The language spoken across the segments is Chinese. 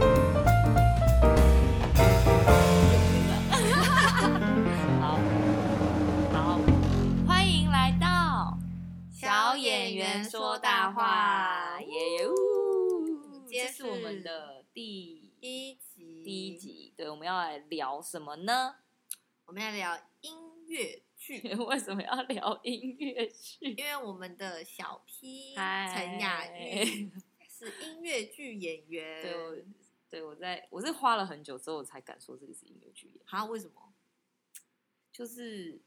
这天是我们的第第一集，第一，集，对，我们要来聊什么呢？ 我们来聊音乐剧，为什么要聊音乐剧？因为我们的小 P 嗨陈雅玉是音乐剧演 员。对，我对我在我是花了很久之后我才敢说自己是音乐剧演员，好，啊为什么？就是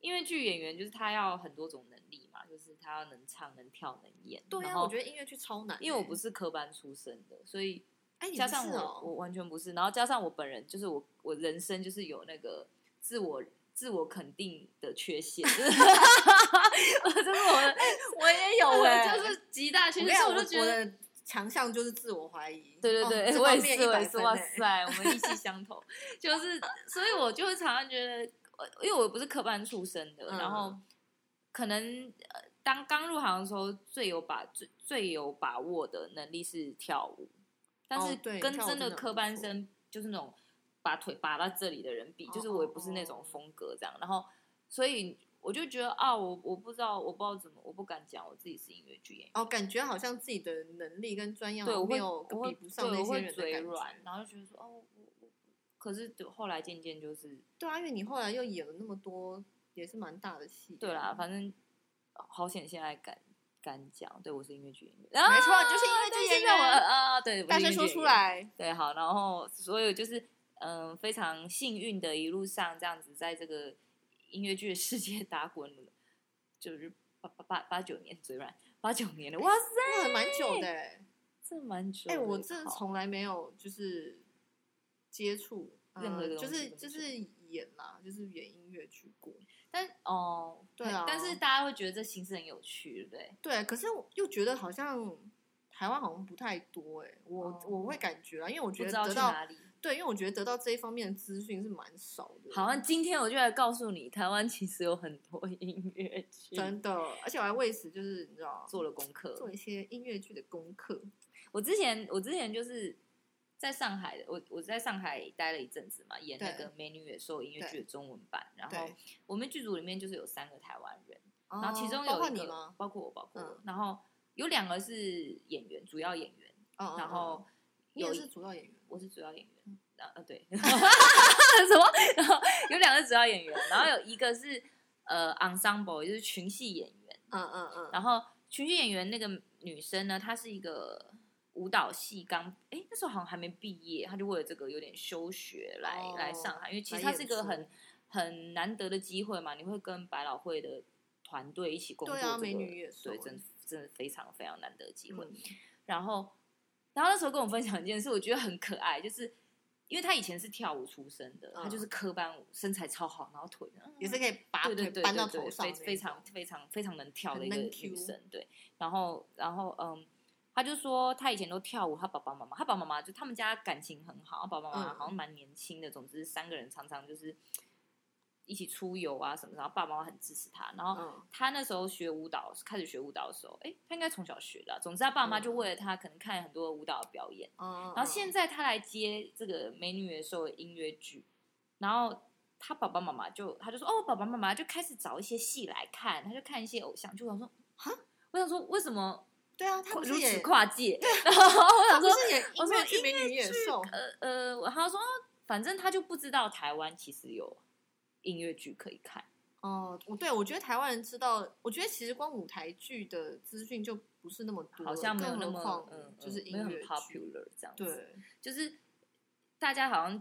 音乐剧演员，就是他要很多种能力嘛，就是他要能唱、能跳、能演。对然呀、后我觉得音乐剧超难欸、因为我不是科班出身的，所以哎，你加不是上我、哦 我完全不是，然后加上我本人就是我我人生就是有那个自我自我肯定的缺陷，就是 就是我的我也有哎、就是极大缺我跟陷，所你讲以我就觉我得。的强项就是自我怀疑。对对哦对，这我方也面是，我也100是，分哇欸！塞，我们意气相投，就是，所以我就会常常觉得，呃因为我不是科班出身的，嗯然后可能呃，当刚入行的时候，最有把最最有把握的能力是跳舞，但哦是对跟跳舞真真的的很科不班错生就是那种把腿拔到这里的人比，哦就是我也不是那哦种哦风格这样，然后所以我就觉得啊，我我不知道，我不知道怎么，我不敢讲我自己是音乐剧演员。哦，感觉好像自己的能力跟专业对，我没会有我比会不上对那我些会人的嘴感软觉，。然后就觉得说哦，我我我，可是就后来渐渐就是对啊，因为你后来又演了那么多，也是蛮大的戏。对啦，反正好险现在敢敢讲，对我是音乐剧演员，没没错，就是因为这些现在我啊，对，我是大音声乐说剧出演员，来。对，好，然后所有就是嗯、呃非常幸运的一路上这样子，在这个音乐剧的世界打滚了，就是八八八八九年嘴软，八九年了，哇塞，哇，蛮久的欸。这蛮久的哎，一个号，我真的从来没有就是接触呃任何一个就东西是都不就是演啦，就是演音乐剧过。但哦，对啊但是大家会觉得这形式很有趣，对不对？对，可是我又觉得好像台湾好像不太多哎，我哦我会感觉啊，因为我不觉知得道得去到哪里。对，因为我觉得得到这一方面的资讯是蛮少的。好，那今天我就来告诉你，台湾其实有很多音乐剧，真的，而且我还为此就是你知道嗯做了功课做。一些音乐剧的功课。我之前我之前就是在上海的，我我在上海待了一阵子嘛，演那对个《美女野兽》音乐剧的中文版。然后对，我们剧组里面就是有三个台湾人，然然后其中包有括一你个吗？包括我，包括我嗯，然后有两个是演员，主要演员，哦哦然哦后你也有是主要演员，我是主要演嗯员，然后呃 对， 什么？然后有两个主要演员，然后有一个是呃 ensemble，也就是群戏演员。嗯嗯嗯，然后群戏演员那个女生呢，她是一个舞蹈系刚，哎那时候好像还没毕业，她就为了这个有点休学来、哦来上海，因为其实来她是一演个出很很难得的机会嘛，你会跟百老汇的团队一起工作、对这啊个，美女野兽对，真真的非常非常难得的机会。嗯然后，然后那时候跟我分享一件事，我觉得很可爱，就是因为他以前是跳舞出身的，嗯他就是科班舞，身材超好，然后腿呢也是可以把嗯对对腿对搬到对对头上非那非种常非常非常能跳的一个很能女 Q 生，对。然后，然后，嗯，他就说他以前都跳舞，他爸爸妈妈，他爸爸妈妈就他们家感情很好，爸爸妈妈嗯好像蛮年轻的，总之三个人常常就是一起出游啊什么，然后爸爸妈妈很支持他，然后。嗯他那时候学舞蹈，开始学舞蹈的时候，哎、他应该从小学的啊、总之，他爸妈就为了他，可能看很多舞蹈的表演。嗯，然后现在在他来接这个《美女野兽》的音乐剧，然后他爸爸妈妈就他就说，哦，爸爸妈妈就开始找一些戏来看，他就看一些偶像，就想说，哈，我想说为什么对啊，他不如是此哦也跨界？ 然后我他想不说，是演我音说乐剧音美女野兽，呃呃，我他说，哦反正他就不知道台湾其实有音乐剧可以看。哦，我对我觉得台湾人知道，我觉得其实光舞台剧的资讯就不是那么多了，好像没有更那何么况嗯，就是嗯音没有很乐剧， popular 这样子。，对，就是大家好像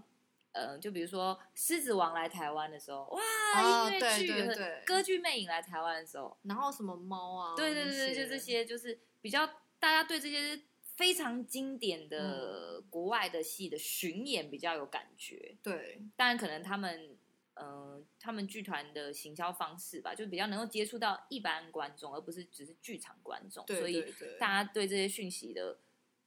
呃，就比如说《狮子王》来台湾的时候，哇，啊音乐对剧对有对歌剧魅影来台湾的时候，然后什么猫啊，对对对对，就这，些，就是比较大家对这些非常经典嗯的国外的戏的巡演比较有感觉。对，当然，可能他们。呃，他们剧团的行销方式吧，就比较能够接触到一般观众，而不是只是剧场观众，对所以对对大家对这些讯息的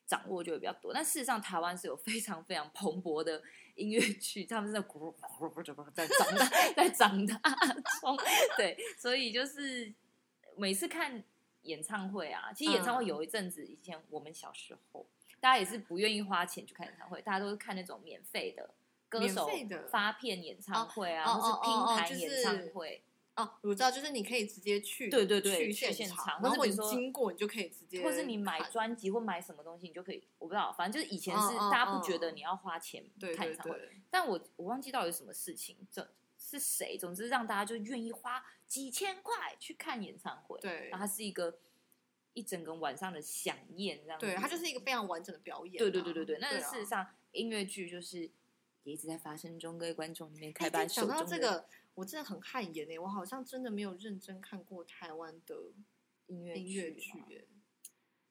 掌握就会比较多。但事实上，台湾是有非常非常蓬勃的音乐剧，他们是在咕噜咕噜咕噜咕噜在长大，在长大中。对，所以就是每次看演唱会啊，其实演唱会嗯有一阵子以前我们小时候，大家也是不愿意花钱去看演唱会，大家都是看那种免费的。歌手免费的发片演唱会啊，哦或是哦哦哦拼盘就是演唱会，哦，我知道，就是你可以直接去，对对对去去现场，场然或后者比你如说经过你就可以直接看，或是你买专辑或买什么东西，你就可以，我不知道，反正就是以前是嗯嗯大家不觉嗯得你要花钱对看对演唱会，对，但我我忘记到底是什么事情，这是谁，总之让大家就愿意花几千块去看演唱会，对然后它是一个一整个晚上的响宴，这样子，对，它就是一个非常完整的表演啊、对对对对对，那对啊事实上、音乐剧就是也一直在发生中，各位观众里面哎开班但手讲到中这的个，我真的很汗颜哎，我好像真的没有认真看过台湾的音乐音乐剧嘛耶。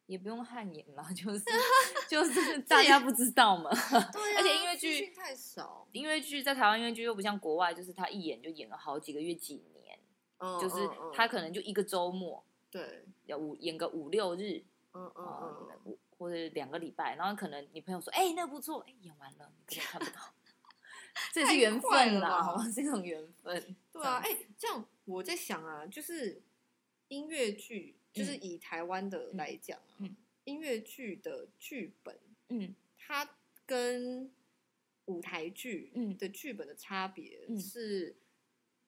也不用汗颜啦， 就是 就是大家不知道嘛。 对、啊，而且音乐资剧讯太少，音乐剧在台湾音乐剧又不像国外，就是他一演就演了好几个月、几年，嗯就是嗯嗯他可能就一个周末对，要五演个五六日嗯嗯啊、嗯嗯，五或者两个礼拜，然后可能你朋友说：“哎、那不错，哎、演完了，你根本看不到。” 这也是太缘快分了啦，吧好吗？是一种缘 分。对啊，这哎、这样我在想啊，就是音乐剧，就是以台湾的来讲啊，嗯嗯嗯音乐剧的剧本，嗯它跟舞台剧嗯的剧本的差别嗯是，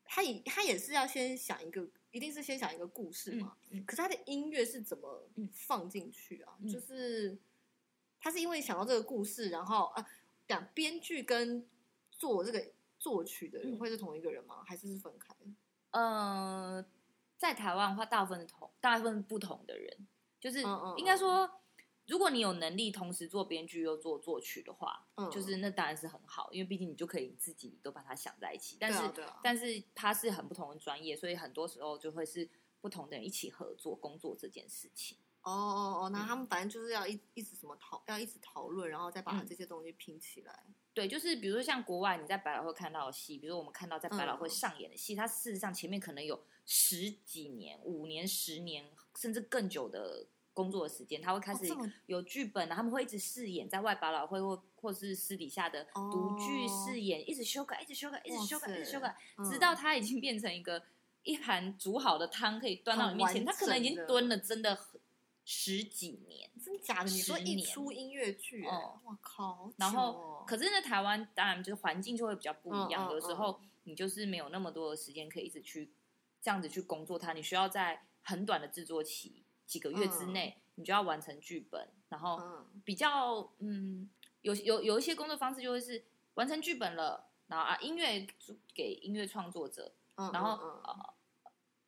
它也它也是要先想一个，一定是先想一个故事嘛，嗯嗯可是它的音乐是怎么嗯放进去啊？嗯就是他是因为想到这个故事，然后啊，讲编剧跟做这个作曲的人嗯会是同一个人吗？还是是分开？呃，在台湾的话，大部分是同，大部分不同的人，就是嗯嗯应该嗯说，如果你有能力同时做编剧又做作曲的话，嗯就是那当然是很好，因为毕竟你就可以自己都把它想在一起。但对是，啊对啊但是它是很不同的专业，所以很多时候就会是不同的人一起合作工作这件事情。哦哦哦，嗯那他们反正就是要一一直什么讨，要一直讨论，然后再把嗯这些东西拼起来。对，就是比如说像国外你在百老汇看到的戏，比如说我们看到在百老汇嗯上演的戏，它事实上前面可能有十几年、五年、十年，甚至更久的工作的时间，他会开哦始这么有剧本啊，他们会一直试演在外百老汇或或是私底下的独剧哦试演，一直修改，一直修改，一直哇修改，一直塞修改，嗯直到它已经变成一个一盘煮好的汤，可以端到很你面前。它完可能已经整的蹲了真的很十几年。真假的？你说十一年出音乐剧、欸，哦我靠！好然久后哦，可是呢，台湾当然就是环境就会比较不一样，嗯嗯有时候你就是没有那么多的时间可以一直去这样子去工作它，你需要在很短的制作期几个月之内，你就要完成剧本，然后嗯比较嗯，有有有一些工作方式就会是完成剧本了，然后啊音乐给音乐创作者，嗯，然后嗯呃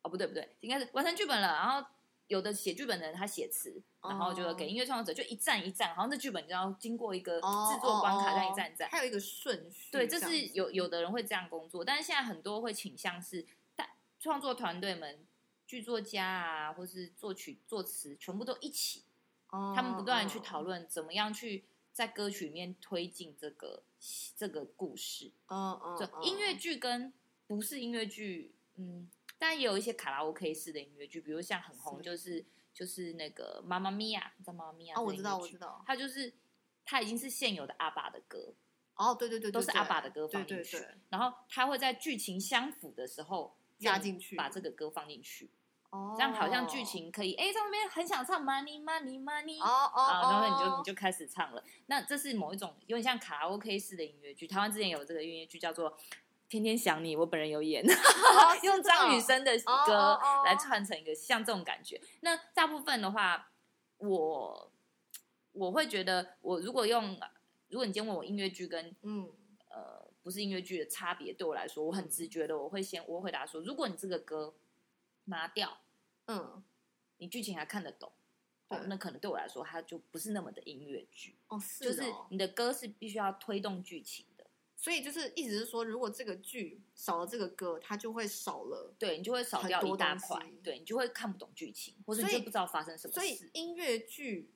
哦不对不对，应该是完成剧本了，然后有的写剧本的人他写词，然后就哦给音乐创作者就一站一站，好像这剧本就要经过一个哦制作关卡，哦这样哦一站一站。还有一个顺序对，样子。这是有有的人会这样工作，但是现在很多会倾向是大创作团队们。剧作家啊，或是作曲、作词，全部都一起，哦他们不断的去哦讨论怎么样去在歌曲里面推进这个这个故事。嗯嗯，对，嗯音乐剧跟不是音乐剧，嗯，当然也有一些卡拉 OK 式的音乐剧，比如像很红是就是就是那个《妈妈咪呀》，你知道《妈妈咪呀》哦，我知道，这个音我乐知剧道。它啊就是它已经是现有的阿爸的歌，哦，对对对，都对是对阿爸的歌放对进对去，对，然后它会在剧情相符的时候加用进去把这个歌放进去，哦，这样好像剧情可以，哎，在那边很想唱 Money Money Money 哦。哦，啊，然后你就哦你就开始唱了。那这是某一种有点像卡拉 OK 式的音乐剧。台湾之前有这个音乐剧叫做《天天想你》，我本人有演， 哦是用这张雨样生的哦歌哦哦来串成一个像这种感觉。那大部分的话，我我会觉得，我如果用，如果你今天问我音乐剧跟嗯呃不是音乐剧的差别，对我来说，我很直觉的，我会先我会回答说，如果你这个歌拿掉，嗯，你剧情还看得懂，对哦，那可能对我来说，它就不是那么的音乐剧。哦是就是哦你的歌是必须要推动剧情的，所以就是意思是说，如果这个剧少了这个歌，它就会少了。对你就会少很掉一多大东块西，对你就会看不懂剧情，或者你所就以不知道发生什么所以事。音乐剧，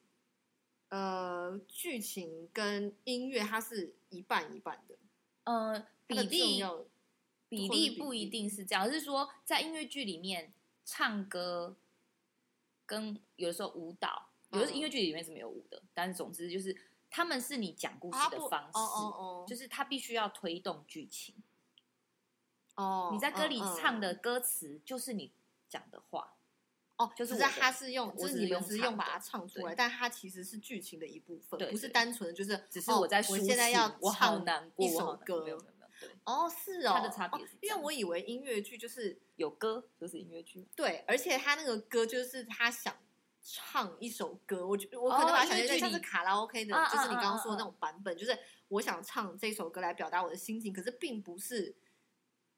呃，剧情跟音乐它是一半一半的，呃，比它的重例要比或是例比不一例定是这样，而是说在音乐剧里面唱歌跟有的时候舞蹈，有的嗯音乐剧里面是没有舞的，但是总之就是他们是你讲故事它的不方哦哦式，哦，就是是它必须要推动剧情。哦，你在歌里嗯唱的嗯歌词就是你讲的话，哦，就是只我的它是用，我就是只你是们用只是唱用把的它唱出对来，但它其实是剧情的一部分对，不是对单纯的就是只是哦我在抒我现在情要我好唱难过，一我好首难过没有歌没有没有，对，哦，是哦，它的差别哦是这因为样我以为音乐剧就是有歌就是音乐剧，对，而且他那个歌就是他想唱一首歌，我觉我可哦能把它想音象乐剧成像是里卡拉 OK 的，啊就是你啊啊刚刚说啊的那种版本，就是我想唱这首歌来表达我的心情，可是并不是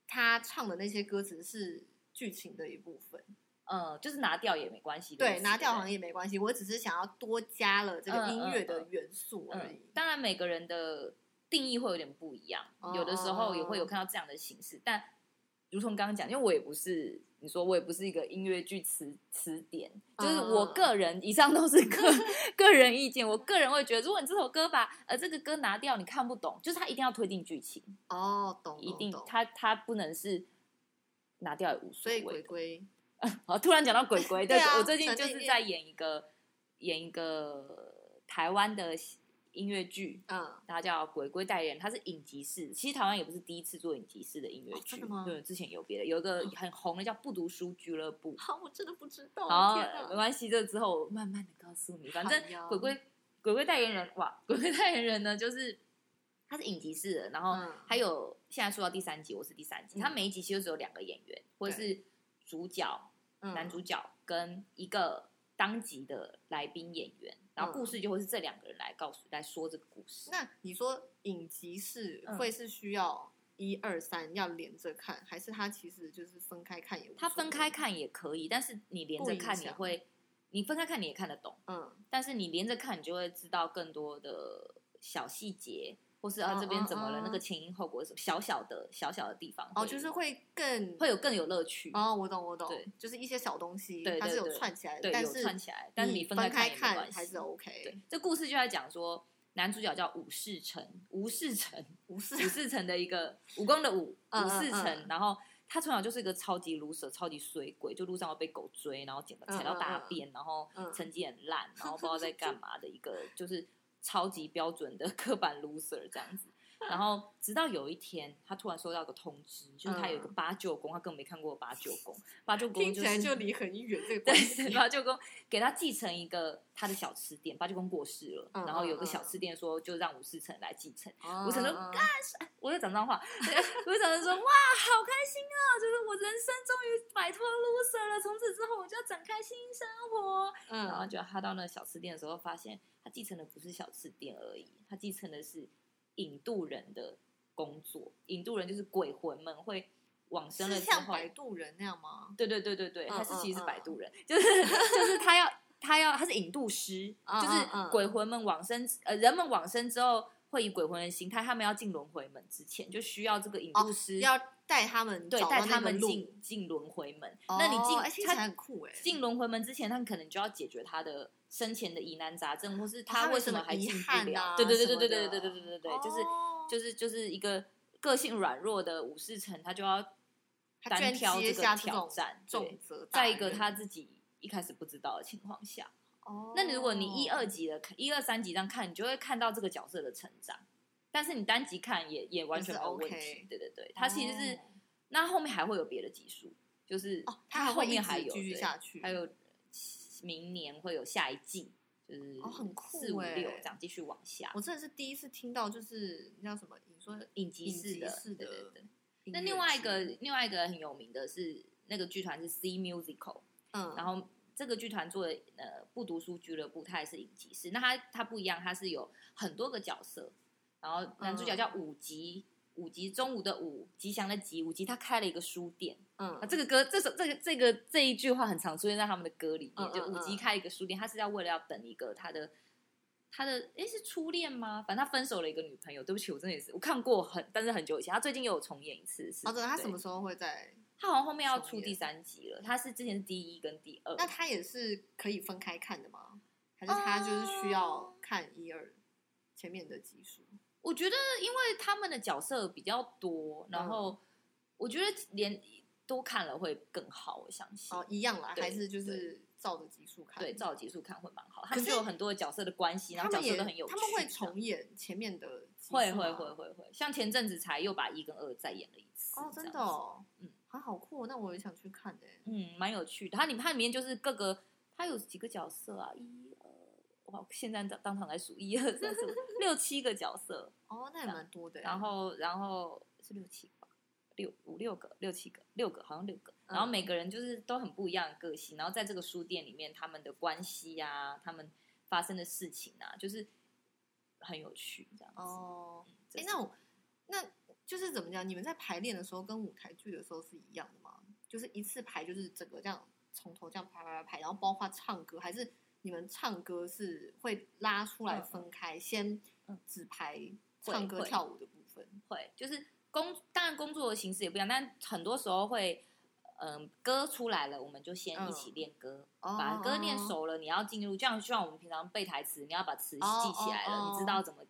他唱的那些歌词是剧情的一部分。呃，就是拿掉也没关系的意思。对，拿掉好像对也没关系，我只是想要多加了这个嗯音嗯乐的嗯元素而已嗯。，当然每个人的定义会有点不一样，哦有的时候也会有看到这样的形式，但如同刚刚讲，因为我也不是。你说我也不是一个音乐剧词词典，就是我个人，以上都是个个人意见。我个人会觉得，如果你这首歌把呃这个歌拿掉，你看不懂，就是它一定要推进剧情，哦，懂，一懂定懂它它不能是拿掉也无所所以谓鬼。鬼好，突然讲到鬼 鬼，对啊我最近神就经是病在演一个演一个台湾的音乐剧， 嗯，它叫《鬼鬼代理人》，它是影集式。其实台湾也不是第一次做影集式的音乐哦剧，真的吗嗯对，之前有别的，有一个很红的叫《不读书俱乐部》。好，我真的不知道，好哦天，没哪，关系，这之后我慢慢的告诉你。反正好嗯呀鬼鬼鬼鬼代言人哇，鬼鬼代言人呢，就是他是影集式的，然后嗯还有现在说到第三集，我是第三集，嗯他每一集其实只有两个演员，或者是主角嗯男主角跟一个当集的来宾演员，然后故事就会是这两个人来告诉来说这个故事。嗯那你说影集是嗯会是需要一二三要连着看，还是它其实就是分开看也无他所谓分开，看也可以，但是你连不着影看你响会，你分开看你也看得懂。嗯，但是你连着看，你就会知道更多的小细节，或是啊嗯这边怎么嗯了，嗯那个前因后果是什么小小的小小的地方哦，就是会更会有更有乐趣，哦，我懂我懂对，就是一些小东西对它对是有对串起来的，对，但有是串起来，但是你分分看开也没看关还是系。 OK，对，这故事就在讲说，男主角叫武世成，吴世成，不是武世成的一个武功的武，嗯武世嗯成嗯，然后。他从小就是一个超级 loser、超级水鬼，就路上会被狗追，然后捡到踩到大嗯嗯嗯便，然后嗯成绩很烂，然后不知 道在干嘛的一个，就是超级标准的 刻板 loser 这样子。然后直到有一天，他突然收到个通知，就是他有一个八舅公，他根本没看过八舅公，八舅公嗯听就起是来就离很远这 个关对对，系，八舅公给他继承一个他的小吃店，八舅公过世了，嗯然后有个嗯小嗯吃店说就让吴世成来继承。哦我想说哦哦我又讲脏话， 对我又讲的说哇，好开心啊！就是我人生终于摆脱 loser 了，从此之后我就要展开新生活。然后嗯，就他到那个小吃店的时候，发现他继承的不是小吃店而已，他继承的是引渡人的工作。引渡人就是鬼魂们会往生了是之像后，摆渡人那样吗？对对对对对，嗯他是其实嗯是嗯摆渡人，就是就是他要他要他是引渡师，嗯就是嗯嗯鬼魂们往生呃人们往生之后会以鬼魂的形态，他们要进轮回门之前就需要这个引渡师、哦要带他们对找带到他那个们路进进轮回门。那你进、哦哎听起来他很酷哎，进轮回门之前，他可能就要解决他的。生前的疑难杂症，或是哦他他有为什么么还遗进憾不了？啊对对对什对么对对的对对对对对，就是哦就是就是一个个性软弱的武士成，他就要他居然单挑接这个下这挑种战，对重责大在任，一个他自己一开始不知道的情况下，哦，那如果你一二集的看，一二三集这样看，你就会看到这个角色的成长。但是你单集看也也完全没有问也是题 OK，对对对，它其实是、哦那后面还会有别的集数，就是哦，他还后会一面还直有继续对下去，还有明年会有下一季，就是哦很酷四五欸六这样继续往下，我真的是第一次听到，就是那叫什么？你说影集影式集的，式对对的对。那另外一个，另外一个很有名的是那个剧团是 C Musical，嗯，然后这个剧团做的呃不读书俱乐部，它也是影集式。那它它不一样，它是有很多个角色，然后男主角嗯叫武吉，武吉中午的武，吉祥的吉，武吉他开了一个书店。嗯啊，，这个歌，这首这个这个这一句话很常出现在他们的歌里嗯面，就嗯武吉嗯开一个书店，他是要为了要等一个他的。他的诶是初恋吗？反正他分手了一个女朋友。对不起，我真的也是我看过很，但是很久以前。他最近又有重演一次，是哦，对，他对什么时候会在？他好像后面要重出演第三集了。他是之前是第一跟第二，那他也是可以分开看的吗？还是他就是需啊要看一二前面的集数？我觉得，因为他们的角色比较多，嗯然后我觉得连多看了会更好，我相信。哦，一样啦，对还是就是照着集数看？对，照集数看会蛮好。是他们就有很多角色的关系，然他后角们色也都很有趣。他们会这样重演前面的集数吗，会会会会会，像前阵子才又把一跟二再演了一次。哦，真这的样子，哦，嗯啊，好酷哦，那我也想去看哎。嗯，蛮有趣的。它里它里面就是各个，它有几个角色啊？一二，我哇，现在当当场来数一二三四五六七个角色，哦，那也蛮多的耶。啊然后然后是六七个吧，六五六个六七个六个好像六个，然后嗯每个人就是都很不一样的个性，然后在这个书店里面他们的关系呀、他们发生的事情啊，就是很有趣这样子。哦，嗯这哎、是那我那就是怎么讲？你们在排练的时候跟舞台剧的时候是一样的吗？就是一次排就是整个这样从头这样排排排排，然后包括唱歌，还是你们唱歌是会拉出来嗯嗯分开，先嗯只排会唱歌会跳舞的部分？会，就是工当然工作的形式也不一样，但很多时候会，嗯，歌出来了，我们就先一起练歌，哦把歌练哦熟了，你要进入，这样就像我们平常背台词，你要把词哦记起来了，哦你知道怎么。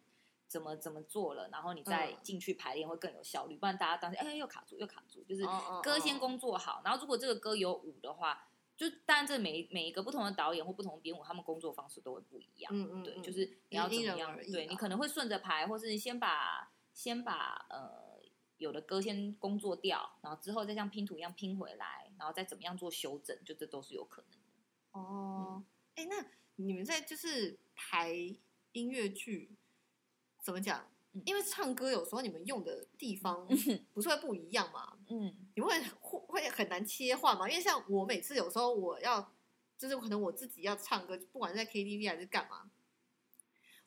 怎么怎么做了，然后你再嗯进去排练会更有效率，不然大家当时哎又卡住又卡住，就是哦哦歌先哦工作好，然后如果这个歌有舞的话，就当然这每每一个不同的导演或不同的编舞，他们工作方式都会不一样。嗯嗯，对，嗯就是你要怎因么人样而？异对啦你可能会顺着排，或是先把先把呃有的歌先工作掉，然后之后再像拼图一样拼回来，然后再怎么样做修整，就这都是有可能的。哦，哎、那你们在就是排音乐剧，怎么讲嗯？因为唱歌有时候你们用的地方不是会不一样嘛，嗯你们会会会很难切换嘛？因为像我每次有时候我要就是可能我自己要唱歌，不管是在 KTV 还是干嘛，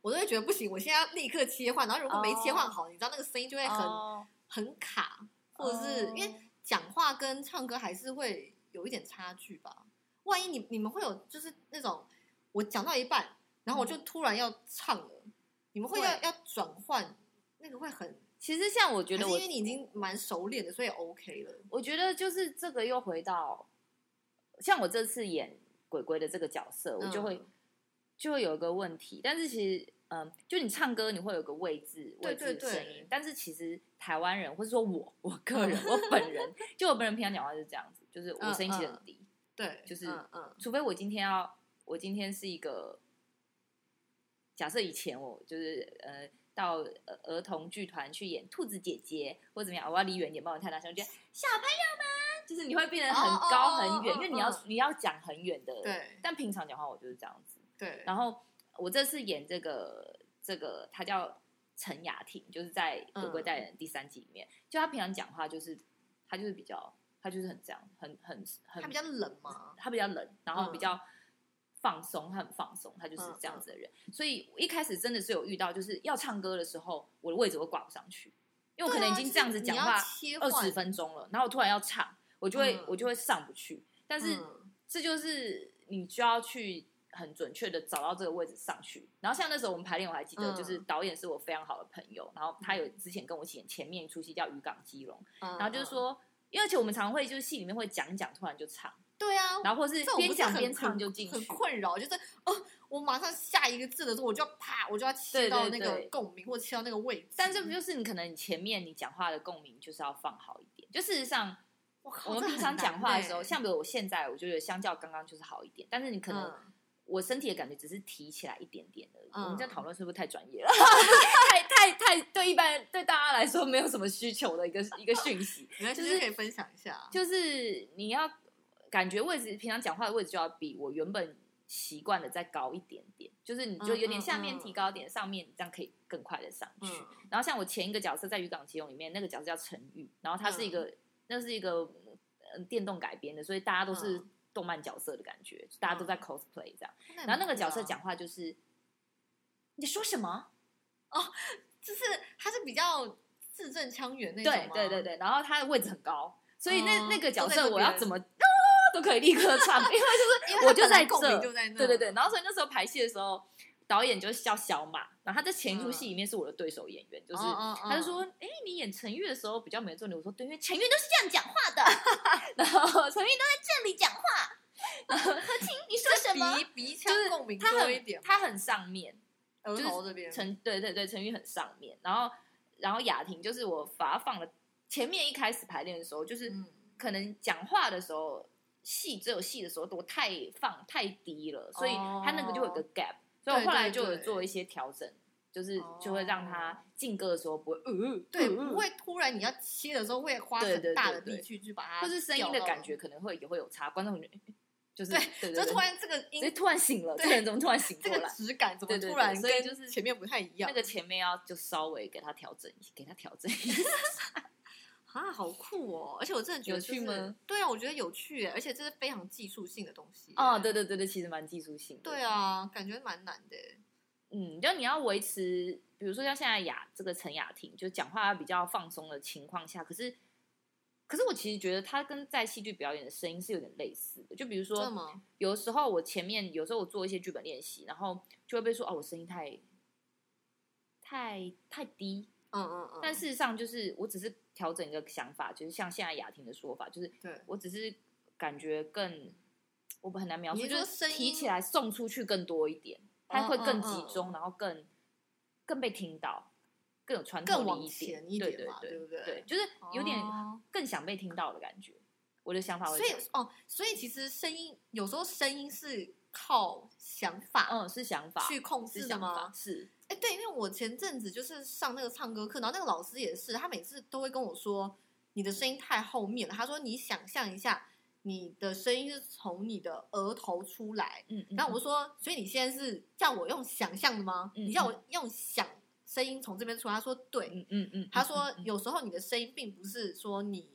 我都会觉得不行，我现在要立刻切换，然后如果没切换好，你知道那个声音就会很、哦很卡，或者是、因为讲话跟唱歌还是会有一点差距吧。万一你你们会有就是那种我讲到一半，然后我就突然要唱了，你们会要会要转换，那个会很，其实像我觉还得是我因为你已经蛮熟练的，所以 OK 了。我觉得就是这个又回到，像我这次演鬼鬼的这个角色，我就会、嗯就会有一个问题，但是其实。嗯，就你唱歌，你会有个位置对位置对的声对音，但是其实台湾人或者说我我个人我本 人，就我本人平常讲话就是这样子，就是我嗯声音其实嗯很低，对，就是嗯嗯除非我今天要，我今天是一个假设以前我就是呃到呃儿童剧团去演兔子姐姐或怎么样，我要离远一点，不然我太大声，我觉得小朋友们就是你会变得哦哦很哦高很哦远，因为你要哦你要讲很远的。。对但平常讲话我就是这样子。对，然后我这次演这个这个，她叫陈雅婷，就是在《嗯鬼鬼代人》第三季里面，就她平常讲话就是她就是比较她就是很这样，很很很他比较冷嘛，他比较冷，然后嗯比较放松，他很放松，他就是这样子的人。所以我一开始真的是有遇到，就是要唱歌的时候，我的位置会挂不上去，因为我可啊能已经这样子讲话二十分钟了，然后我突然要唱，我就会、嗯我就会上不去。但但是这就是你需要去很准确的找到这个位置上去。然后像那时候我们排练，我还记得，嗯就是导演是我非常好的朋友，然后他有之前跟我一起演前面一出戏叫《渔港基隆》，然然后就是，说，因为而且我们常会就是戏里面会讲一讲，突然就唱。嗯对啊，然后或是这种边不是讲很边唱很就进去很。困扰，就是哦，我马上下一个字的时候，我就要啪，我就要切对对到那个对共鸣或切到那个位置，但这不就是你可能你前面你讲话的共鸣就是要放好一点。就事实上，我啊靠我们哦这平很常难欸讲话的呢时候，像比如我现在，我觉得相较刚刚就是好一点，但是你可能嗯我身体的感觉只是提起来一点点而已。嗯我们这样讨论是不是太专业了？ 太太太对一般对大家来说没有什么需求的一个一个讯息，没关系就就是可以分享一啊下，就是你要感觉位置，平常讲话的位置就要比我原本习惯的再高一点点，就是你就有嗯嗯点下面嗯提高一点，上面这样可以更快的上去。嗯然后像我前一个角色在《渔港奇勇》里面，那个角色叫陈玉，然后他是一个，那是一个嗯电动改编的，所以大家都是嗯动漫角色的感觉，大家都在 cosplay 这样。然后那个角色，讲话就是，你在说什么？就是他是比较字正腔圆那种对吗，对 对对，然后他的位置很高，所以那、嗯那个角都在色那我要边怎么、啊都可以立刻唱， 因为就是因为他我就本来在共鸣这就在那，对对对，然后所以那时候排戏的时候，导演就叫小马，然后他在前一出戏里面是我的对手演员，就是哦哦他就说：“哎、你演陈玉的时候比较没重点。”我说：“对，因为陈玉都是这样讲话的，然 后陈玉都在这里讲话。”然后何晴，你说什么？鼻鼻腔就是共鸣他多一很 点嘛，他很上面，额是头这边，陈对对对，陈玉很上面。然后然后雅婷就是我把她放了前面一开始排练的时候，就是嗯可能讲话的时候，戏只有戏的时候都太放太低了，所以哦他那个就有个 gap，、所以我对后来对就有对做一些调整，就是哦就会让他进歌的时候不会呃呃，对，呃不，会突然你要切的时候会花对很对大对的力对气去把它，或是声音的感觉。可能会也会有差，观众会觉得诶就是对对就对，突然这个所以音，突然醒了，对这个人怎么突然醒这过个来？质感怎么对对突对然所以跟就是前面不太一样？那个前面要就稍微给他调整一，给他调整一下。啊，好酷哦！而且我真的觉得、有就是、趣吗？对啊，我觉得有趣耶，而且这是非常技术性的东西哦，对对对对，其实蛮技术性的。对，啊，感觉蛮难的耶。嗯，就你要维持，比如说像现在雅这个陈雅婷，就讲话比较放松的情况下，可是，可是我其实觉得她跟在戏剧表演的声音是有点类似的。就比如真的说，吗？有时候我前面有时候我做一些剧本练习，然后就会被说哦，我声音太太太低，嗯嗯嗯。但事实上，就是我只是调整一个想法，就是像现在雅婷的说法，就是对我只是感觉更，我很难描你述，是就说是声提音嗯起来送出去更多一点，它会更集中，然后更更被听到，更有传更统往力一点前一对点嘛对对不对对就是有点哦更想被听到的感觉。我的想法会所这以样，哦，所以其实声音有时候声音是靠想法嗯，是想法，去控是制的想吗法，？是哎，对，因为我前阵子就是上那个唱歌课，然后那个老师也是，他每次都会跟我说，你的声音太后面了。他说你想象一下，你的声音是从你的额头出来。嗯，嗯然后我就说，所以你现在是叫我用想象的吗？嗯你叫我用想声音从这边出来？他说嗯对。嗯嗯，他嗯说嗯嗯有时候你的声音并不是说你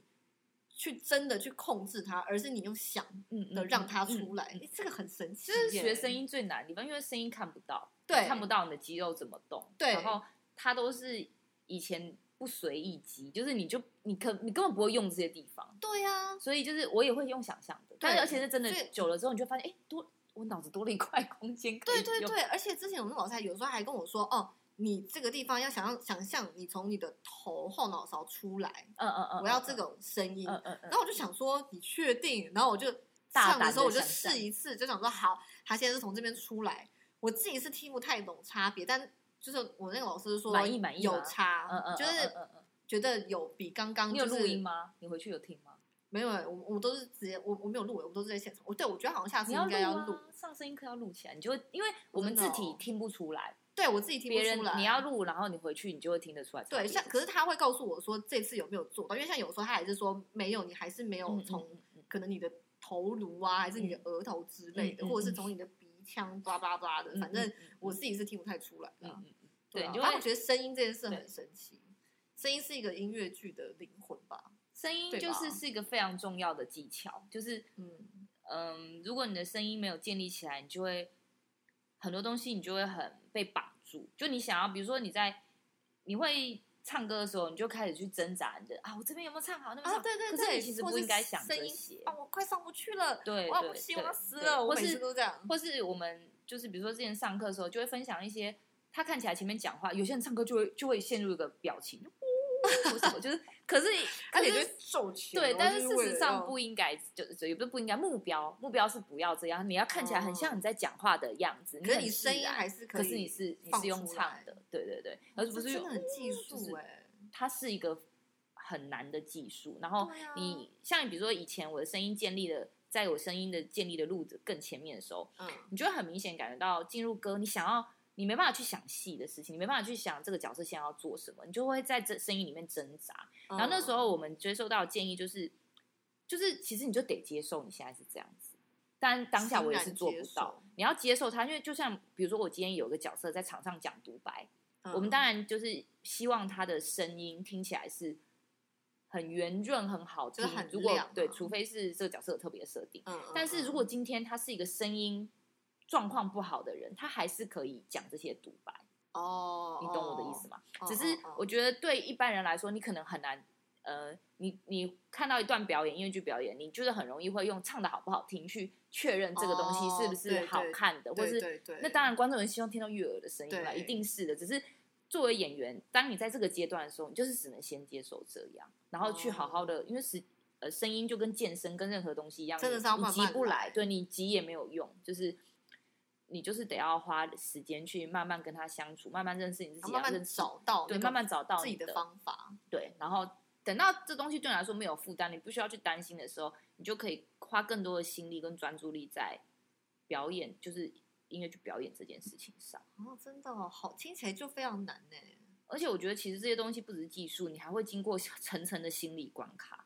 去真的去控制它，而是你用想嗯嗯的嗯让它嗯出来。哎，这个很神奇就耶，是学声音最难的地方，因为声音看不到，对看不到你的肌肉怎么动，对然后它都是以前不随意肌，就是你就你可你根本不会用这些地方，对呀、所以就是我也会用想象的，但是而且是真的所以久了之后，你就发现哎，诶多我脑子多了一块空间可以对对用，对，而且之前我们老师还有时候还跟我说，哦，你这个地方要想象想象你从你的头后脑勺出来，嗯嗯嗯，我要嗯这，种声音。嗯嗯嗯然，后我就想说，你确定？然后我就大唱胆的时候地我就想象试一次，就想说好，他现在是从这边出来，我自己是听不太懂差别，但就是我那个老师说满意满意有吗差，嗯嗯，就嗯是嗯嗯觉得有比刚刚、嗯，你就有是、录音？吗？你回去有听吗？没有，我我都是直接我我没有录，我都是在现场。我对我觉得好像下次你要应该要录啊，上声音课要录起来，你就会因为我们真字的体哦听不出来，对我自己听别不人出来。你要录，然后你回去你就会听得出来差别。对，像可是他会告诉我说这次有没有做到，因为像有时候他还是说没有，你还是没有嗯从、嗯嗯可能你的头颅啊，还是你的额头之类的，嗯嗯或者是从你的鼻腔叭叭叭的，嗯反正嗯嗯我自己是听不太出来的嗯啊、嗯嗯，对，啊你就反正会我觉得声音这件事对很神奇，声音是一个音乐剧的灵魂吧，声音对就吧是是一个非常重要的技巧，就是嗯，嗯，如果你的声音没有建立起来，你就会很多东西你就会很被绑住。就你想要，比如说你在你会唱歌的时候，你就开始去挣扎你的啊，我这边有没有唱好？那边啊唱对对可是对，你其实或不是应该想声这音些，啊，我快上不去了，对，哇，对不行，我要对死对了，我或每次是都这样，或是我们就是比如说之前上课的时候，就会分享一些他看起来前面讲话，有些人唱歌就会就会陷入一个表情，呜或什么，就是可 是而可且是就是皱起来，对，然后但是就事为实了上要不应该，就是也不是不应该，目标目标是不要这样，你要看起来很像你在讲话的样子，哦可是很你自声音然还是可可以，是你是你放是用出唱来哦的，对对对，而不这是真用的很技就是术哎、它是一个很难的技术。然后对啊你、像比如说以前我的声音建立的，在我声音的建立的路子更前面的时候，嗯，你就会很明显感觉到进入歌，你想要你没办法去想细的事情，你没办法去想这个角色现在要做什么，你就会在这声音里面挣扎。然后那嗯时哦候我们接受到的建议就是，就是其实你就得接受你现在是这样子，但当下我也是做不欣然接到受。你要接受它，因为就像比如说我今天有个角色在场上讲独白，嗯、我们当然就是希望他的声音听起来是很圆润、很好听。就是很如果亮啊对，除非是这个角色有特别的设定。嗯，嗯，但是嗯如果今天他是一个声音状况不好的人，他还是可以讲这些独白，哦，你懂我的意思吗？吗？哦只是哦我觉得对一般人来说，你可能很难，呃，你你看到一段表演音乐剧表演，你就是很容易会用唱的好不好听去确认这个东西是不哦对是对好看的，哦或对是对对，那当然观众也希望听到悦耳的声音啦，对一定是的。只是作为演员，当你在这个阶段的时候，你就是只能先接受这样，然后去好哦好的，因为是呃声音就跟健身跟任何东西一样，真的你是要你慢急慢不来来，对你急也没有用，就是。你就是得要花时间去慢慢跟他相处，慢慢认识你自然后己，啊慢要慢认识找到对，那个慢慢找到自己你的方法，对，然后等到这东西对你来说没有负担，你不需要去担心的时候，你就可以花更多的心力跟专注力在表演，就是音乐剧表演这件事情上。哦，真的哦，好听起来就非常难呢。 而且我觉得，其实这些东西不只是技术，你还会经过层层的心理关卡。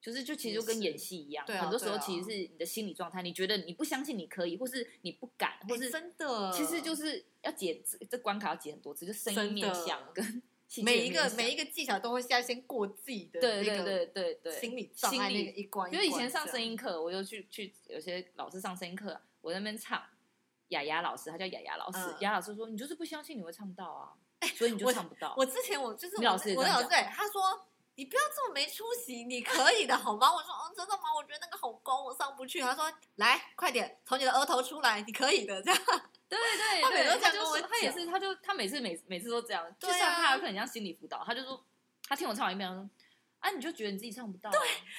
就是就其实就跟演戏一样，对啊很多时候对啊其实是你的心理状态，你觉得你不相信你可以，或是你不敢，或我是哎真的，其实就是要解这这关卡要解很多次，就声音真的面相跟戏剧每一个面向每一个技巧都会要先过自己的对那对个对对对心理障碍那个一关一关这样。因为以前上声音课，我就去去有些老师上声音课，啊我在那边唱雅雅老师，她叫雅雅老师，嗯哎雅雅老师说你就是不相信你会唱到啊，所以你就我唱不到。我之前我就是你我老师也我这样老师对他说。你不要这么没出息，你可以的好吗？我说，哦，真的吗？我觉得那个好高，我上不去。他说，来，快点，从你的额头出来，你可以的。这样，对对他每对，次都这他样就跟我说他也讲是，他就他每次每每次都这样，就对上啊他有可能像心理辅导，他就说他听我唱完一遍，他说啊你就觉得你自己唱不到啊，所对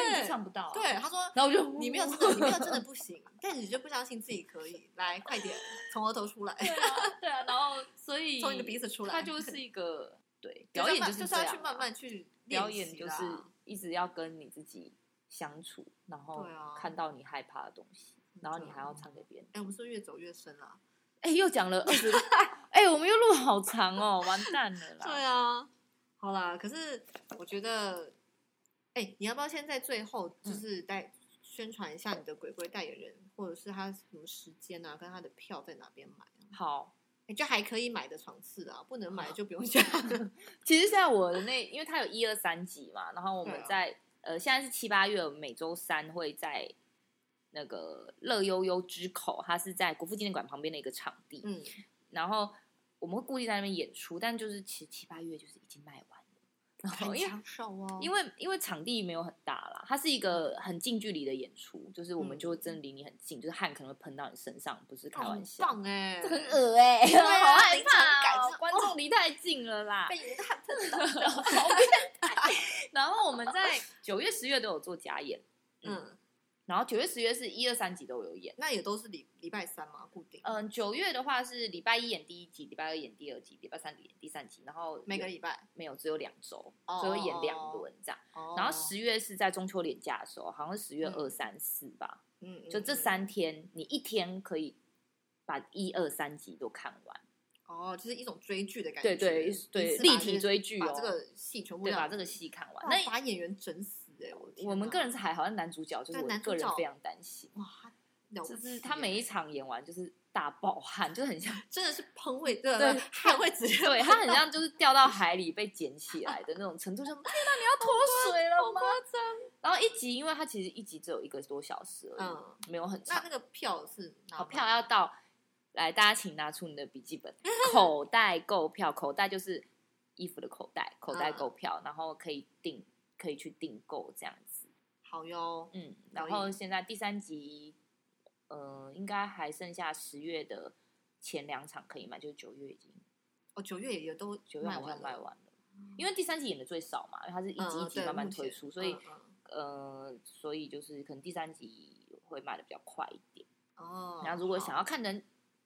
以你对就唱不到啊，对，他说，然后我就你没有真的，你没有真的不行，但你就不相信自己可以。来，快点，从额头出来，对啊对啊，然后所以从你的鼻子出来。他就是一个对表就是要演慢是就这要样去啊慢慢去表练演习就是啦一直要跟你自己相处，然后对啊看到你害怕的东西，然后你真的还要唱给别人。哎、我们是不是越走越深了。哎、又讲了二 十，哎，我们又录好长哦，完蛋了啦！对啊，好啦，可是我觉得，哎、你要不要现在最后就嗯是带、宣传一下你的鬼鬼代言人，或者是他什么时间啊，跟他的票在哪边买啊？好，哎就还可以买的场次啊，不能买就不 用讲。其实，在我的那，因为它有一二三集嘛，然后我们对啊在、呃，现在是七八月，每周三会在那个乐悠悠之口，它是在国父纪念馆旁边的一个场地， 嗯，然后我们会固定在那边演出，但就是其实七八月就是已经卖完了，然后很因为抢手哦，因为为因为场地没有很大啦，它是一个很近距离的演出，就是我们就会真的离你很近，就是汗可能会喷到你身上，不是开玩笑，棒哎、哦这 很恶哎、对啊好害临场感怕、就哦是，观众离太近了啦被，你的汗喷到。好变态。然后我们在九月、十月都有做假演，嗯，然后九月、十月是一二三集都有演。那也都是礼礼拜三嘛，固定、嗯，九月的话是礼拜一演第一集，礼拜二演第二集，礼拜三演第三集，然后每个礼拜。没有只有两周，哦所以会演哦两哦轮这样。哦然后十月是在中秋连假的时候，好像是十月嗯二、三、四吧，嗯，嗯就这嗯三天，你一天可以把一二三集都看完。哦，就是一种追剧的感对觉，对对，立体追剧剧哦把，这个戏全部对，这把样这个戏看完。哇那把演员整死哎、我的天我们哪个人是还好，但男主角就是但我男主个人角非常担心，哇了不就起是耶，他每一场演完就是大爆汗，就很 像，真的是喷会对啊对汗会直接对他很像就是掉到海里被捡起来的那种程度，就天哪，你要脱水了吗？然后一集，因为它其实一集只有一个多小时而已，嗯，没有很那长那。个票是哪好买票要到，来，大家请拿出你的笔记 本，口袋购票，口袋就是衣服的口袋，口袋嗯购票，然后可以订，可以去订购这样子。好哟，嗯，然可以后现在第三集，呃，应该还剩下十月的前两场可以买，就是九月已经哦，九月也都九月卖好完像了卖，完了，因为第三集演的最少嘛，因为它是一集嗯一集慢慢推出，所以、嗯对目前嗯呃，所以就是可能第三集会卖的比较快一点。嗯哦，然后如果想好要看的，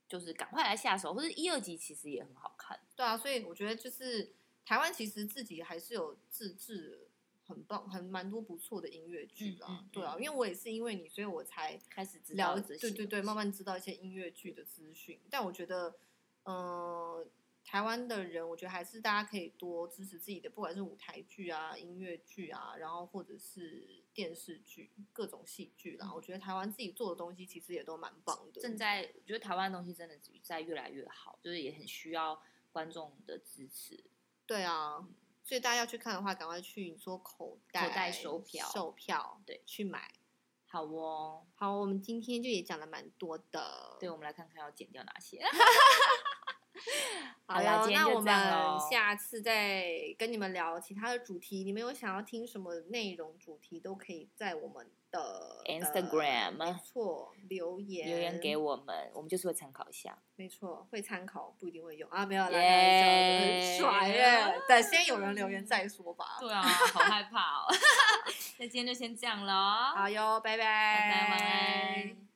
就是赶快来下手，或者一二集其实也很好看。对啊，所以我觉得就是台湾其实自己还是有自制。很棒，很蛮多不错的音乐剧啦，嗯嗯对啊，嗯因为我也是因为你，所以我才开始知道了了解这，些对对对，慢慢知道一些音乐剧的资讯。但我觉得，嗯、台湾的人，我觉得还是大家可以多支持自己的，不管是舞台剧啊、音乐剧啊，然后或者是电视剧、各种戏剧啦。嗯我觉得台湾自己做的东西其实也都蛮棒的。正在，我觉得台湾的东西真的在越来越好，就是也很需要观众的支持。对啊，所以大家要去看的话，赶快去你说口袋口袋售票售票对去买。好哦，好，我们今天就也讲了蛮多的。对，我们来看看要剪掉哪些。好啦啦，今天那就我这样们咯下次再跟你们聊其他的主题。你们有想要听什么内容主题，都可以在我们的 Instagram 呃没错留言留言给，我们，我们就是会参考一下。没错会参考，不一定会用啊，没有啦，耶很甩耶！等先有人留言再说吧。对啊，好害 怕哦。那今天就先这样喽，好哟，拜拜，拜拜，晚安。